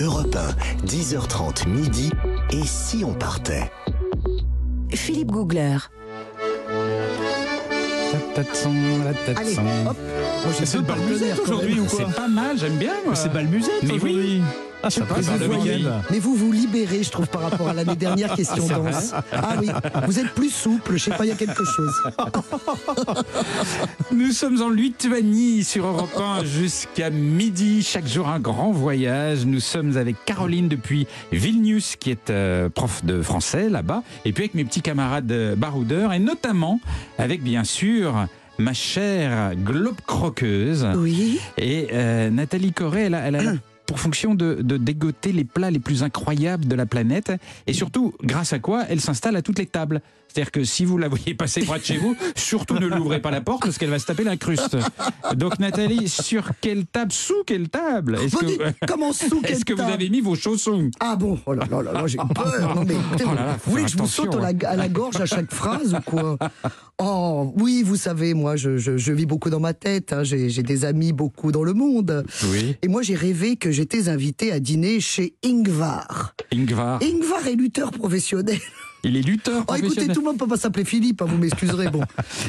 Europe 1, 10h30 midi. Et si on partait Philippe Googler. Allez, hop. C'est le bal musette aujourd'hui ou quoi C'est pas mal, j'aime bien. moi. C'est bal musette Mais oui. aujourd'hui. Ah, ça passe par le week-end. Mais vous vous libérez, je trouve, par rapport à l'année dernière question danse. Ah oui, vous êtes plus souple, je sais pas, il y a quelque chose. Nous sommes en Lituanie sur Europe 1 jusqu'à midi. Chaque jour, un grand voyage. Nous sommes avec Caroline depuis Vilnius, qui est euh, prof de français là-bas, et puis avec mes petits camarades euh, baroudeurs, et notamment avec, bien sûr, ma chère globe croqueuse. Oui. Et euh, Nathalie Corré, elle a, elle a pour fonction de, de dégoter les plats les plus incroyables de la planète. Et surtout, grâce à quoi, elle s'installe à toutes les tables. C'est-à-dire que si vous la voyez passer près de chez vous, surtout ne l'ouvrez pas la porte parce qu'elle va se taper l'incruste. Donc Nathalie, sur quelle table Sous quelle table Est-ce Bon, dis- que, comment sous quel est-ce que vous tas avez mis vos chaussons Ah bon, oh là là là, là, j'ai peur. Non, mais, écoutez, Oh là là, faut vous voulez faire que je vous attention, hein. saute à la, à la gorge à chaque phrase ou quoi Oh oui, vous savez, moi je, je- je vis beaucoup dans ma tête, hein, j'ai j'ai des amis beaucoup dans le monde. Oui. Et moi j'ai rêvé que j'étais invité à dîner chez Ingvar. Ingvar, Ingvar est lutteur professionnel. il est lutteur Oh écoutez, professionnel. tout le monde peut pas s'appeler Philippe, hein, vous m'excuserez. Bon,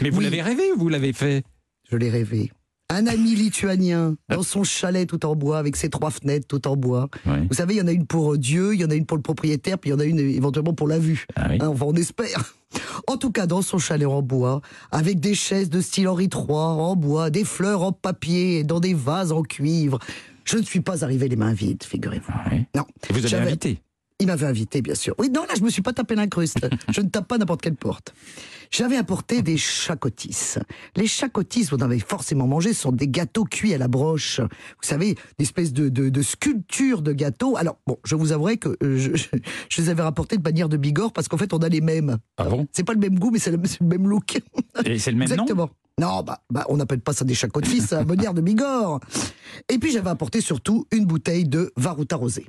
Mais vous Oui. l'avez rêvé ou vous l'avez fait je l'ai rêvé. Un ami lituanien dans son chalet tout en bois avec ses trois fenêtres tout en bois. Oui. Vous savez, il y en a une pour euh, Dieu, il y en a une pour le propriétaire, puis il y en a une euh, éventuellement pour la vue. Ah oui. Hein, enfin, on espère. En tout cas, dans son chalet en bois, avec des chaises de style Henri III en bois, des fleurs en papier et dans des vases en cuivre. Je ne suis pas arrivé les mains vides, figurez-vous. Ah Oui. Non. Et vous avez J'avais- invité Il m'avait invité, bien sûr. Oui, non, là, je me suis pas tapé l'incruste. je ne tape pas n'importe quelle porte. J'avais apporté des chacotis. Les chacotis, vous en avez forcément mangé, ce sont des gâteaux cuits à la broche. Vous savez, une espèce de, de, de sculpture de gâteaux. Alors, bon, je vous avouerai que euh, je, je- je les avais rapportés de manière de Bigorre parce qu'en fait, on a les mêmes. Ah bon C'est pas le même goût, mais c'est le, c'est le même look. Et c'est le même nom Exactement. Non, bah, bah, on n'appelle pas ça des chacotis, c'est un bonheur de Bigorre. Et puis j'avais apporté surtout une bouteille de Varouta rosé.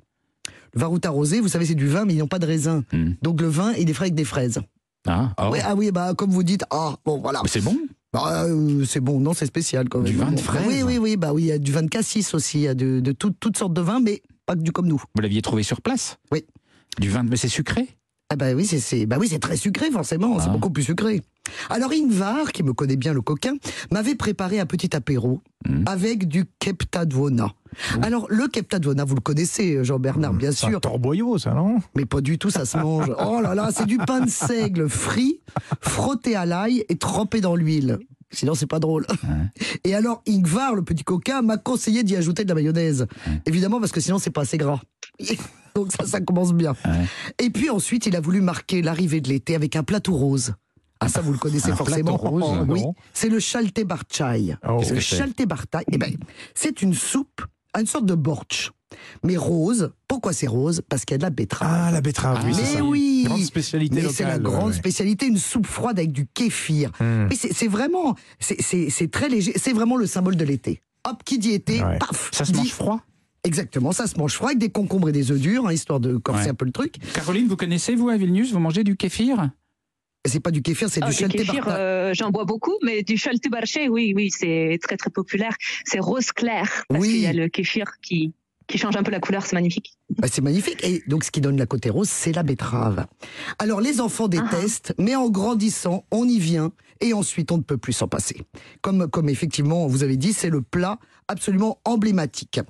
Le Varouta rosé, vous savez, c'est du vin, mais ils n'ont pas de raisin. Hmm. Donc le vin, il est frais avec des fraises. Ah, ah, Ouais, ah oui, bah comme vous dites, ah bon voilà. C'est bon Bah, euh, c'est bon, non, c'est spécial quand même. Du vin de Bon. fraises Oui, oui, oui, bah oui, il y a du vin de cassis aussi, il y a de, de tout- toutes sortes de vins, mais pas que du comme nous. Vous l'aviez trouvé sur place Oui. Du vin de... Mais c'est sucré Ah bah oui, c'est- c'est bah oui, c'est très sucré forcément, c'est Ah. beaucoup plus sucré. Alors Ingvar, qui me connaît bien le coquin, m'avait préparé un petit apéro Mhm. avec du keptadvona. Alors le keptadvona, vous le connaissez Jean-Bernard bien C'est un sûr, torboyau, ça, non mais pas du tout, ça se mange. Oh là là, c'est du pain de seigle frit, frotté à l'ail et trempé dans l'huile. Sinon, c'est pas drôle. Et alors, Ingvar, le petit coquin, m'a conseillé d'y ajouter de la mayonnaise. Évidemment, parce que sinon, c'est pas assez gras. Donc ça, ça commence bien. Ouais. Et puis ensuite, il a voulu marquer l'arrivée de l'été avec un plateau rose. Ah, ça, vous le connaissez Un forcément. plateau rose, Oh, oui, non c'est le chalte barchai. Oh. Qu'est-ce le que c'est chalte barchai, eh ben, c'est une soupe, une sorte de bortsch. Mais rose, pourquoi c'est rose Parce qu'il y a de la betterave. Ah, la betterave, oui, Mais c'est ça. oui. Grande spécialité Mais locale. c'est la ouais, grande ouais. spécialité, une soupe froide avec du kéfir. Hmm. Mais c'est c'est vraiment, c'est- c'est c'est très léger, c'est vraiment le symbole de l'été. Hop, qui dit été, Ouais. paf Ça se dit- mange froid Exactement, ça se mange froid avec des concombres et des œufs durs, hein, histoire de corser Ouais. un peu le truc. Caroline, vous connaissez, vous, à Vilnius Vous mangez du kéfir C'est pas du kéfir, c'est Ah, du du chalté kéfir, barta. euh, j'en bois beaucoup, mais du chalté barché, oui, oui, c'est très très populaire. C'est rose clair parce Oui. qu'il y a le kéfir qui qui change un peu la couleur, c'est magnifique. Bah, c'est magnifique. Et donc, ce qui donne la côté rose, c'est la betterave. Alors, les enfants détestent, mais en grandissant, on y vient et ensuite, on ne peut plus s'en passer. Comme, comme effectivement, vous avez dit, c'est le plat absolument emblématique.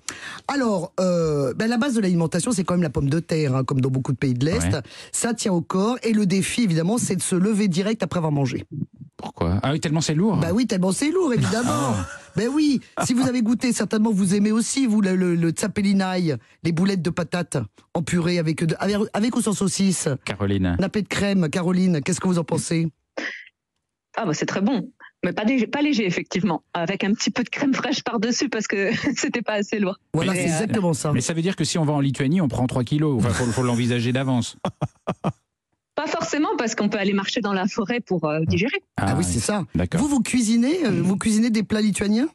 Alors, euh, bah, la base de l'alimentation, c'est quand même la pomme de terre, hein, comme dans beaucoup de pays de l'Est. Ouais. Ça tient au corps et le défi, évidemment, c'est de se lever direct après avoir mangé. Pourquoi Ah oui, tellement c'est lourd. Oh, Bah oui, tellement c'est lourd, évidemment. ben oui, si vous avez goûté, certainement vous aimez aussi, vous, le, le, le tzapelinai, les boulettes de patates en purée avec, de- avec, avec ou sans saucisse, Caroline. nappé de crème. Caroline, qu'est-ce que vous en pensez Ah bah c'est très bon, mais pas léger, pas léger effectivement, avec un petit peu de crème fraîche par dessus parce que c'était pas assez lourd. Voilà, Mais, c'est euh, exactement ça. Mais ça veut dire que si on va en Lituanie, on prend 3 kilos. Enfin, faut, faut l'envisager d'avance. Pas forcément parce qu'on peut aller marcher dans la forêt pour euh, digérer. Ah, oui, ouais, c'est ça. D'accord. Vous, vous cuisinez, euh, vous cuisinez des plats lituaniens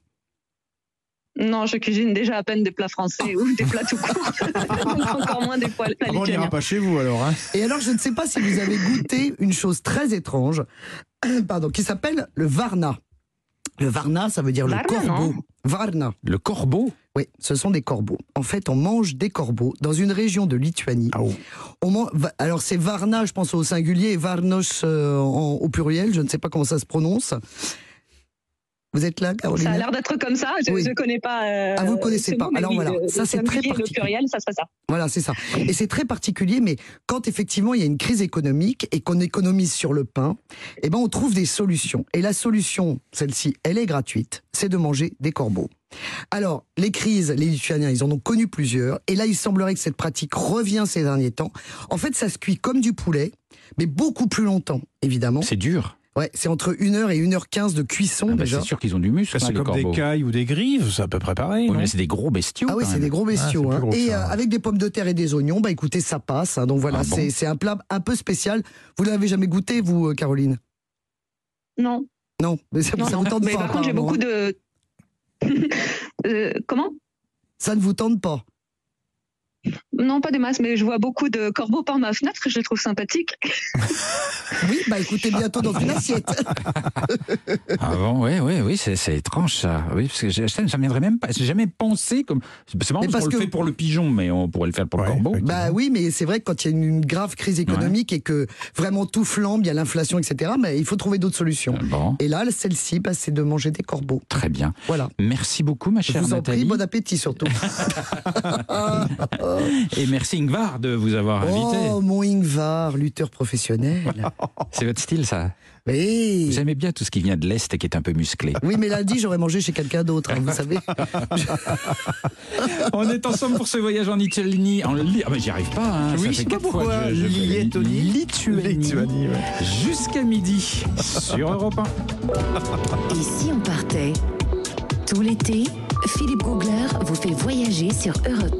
Non, je cuisine déjà à peine des plats français ou des plats tout court, Donc encore moins des plats, plats Ah bon, on n'ira lituaniens. pas chez vous alors. Hein Et alors, je ne sais pas si vous avez goûté une chose très étrange, pardon, qui s'appelle le varna. Le varna, ça veut dire Varna, le corbeau. non Varna. Le corbeau Oui, ce sont des corbeaux. En fait, on mange des corbeaux dans une région de Lituanie. Ah oh. On man- va- Alors, c'est Varna, je pense au singulier, et Varnos euh, en- au pluriel, je ne sais pas comment ça se prononce. Vous êtes là, Caroline Ça a l'air d'être comme ça. Je ne Oui. connais pas. euh, Ah, vous connaissez ce pas. mot, mais Alors oui, voilà. le- Ça, le c'est très singulier, Le particulier. pluriel, ça serait ça. Voilà, c'est ça. Et c'est très particulier, mais quand effectivement il y a une crise économique et qu'on économise sur le pain, eh ben on trouve des solutions. Et la solution, celle-ci, elle est gratuite, c'est de manger des corbeaux. Alors, les crises, les Lituaniens, ils en ont connu plusieurs, et là, il semblerait que cette pratique revient ces derniers temps. En fait, ça se cuit comme du poulet, mais beaucoup plus longtemps, évidemment. C'est dur. Ouais, c'est entre 1h et 1h15 de cuisson, Ah bah, Oh, déjà. c'est sûr qu'ils ont du muscle, hein, C'est les comme corbeaux. des cailles ou des grives, c'est à peu près pareil. Oui, non mais c'est des gros bestiaux. Ah oui, quand c'est même. des gros bestiaux. Ah, c'est hein. plus gros, Et ça, euh, ouais. avec des pommes de terre et des oignons, bah écoutez, ça passe. hein. Donc voilà, Ah bon c'est c'est un plat un peu spécial. Vous l'avez jamais goûté, vous, euh, Caroline Non. Non, mais ça, non, ça non. vous tente Oh, Mais pas. par contre, j'ai apparemment, beaucoup hein. de. Euh, comment hein. Ça ne vous tente pas. Non, pas des masses, mais je vois beaucoup de corbeaux par ma fenêtre. Je les trouve sympathiques. Oui, bah écoutez, bientôt dans une assiette. Ah bon, oui, oui, oui, c'est, c'est étrange ça. Oui, parce que je- ça ne ça me viendrait même pas. J'ai jamais pensé comme. C'est marrant Mais parce qu'on parce le que- fait pour le pigeon, mais on pourrait le faire pour Ouais, le corbeau. ouais. bah oui, mais c'est vrai que quand il y a une, une grave crise économique et que vraiment tout flambe, il y a l'inflation, etc. Mais il faut trouver d'autres solutions. Ah Bon, Et là, celle-ci, bah, c'est de manger des corbeaux. très bien. Voilà. Merci beaucoup, ma Je chère vous en Nathalie. prie, bon appétit surtout. Et merci Ingvar de vous avoir invité. oh, mon Ingvar, lutteur professionnel. C'est votre style, ça. Mais... Vous aimez bien tout ce qui vient de l'Est et qui est un peu musclé. Oui, mais lundi, j'aurais mangé chez quelqu'un d'autre, hein, vous savez. Ah, On est ensemble pour ce voyage en Italie. En Li- Ah, mais j'y arrive pas. Hein. Ça Oui, je sais fait pas quatre pourquoi. fois que je- je- Liettoni. Lituanie. Lituanie, ouais. Jusqu'à midi sur Europe 1. Et si on partait Tout l'été, Philippe Googler vous fait voyager sur Europe 1.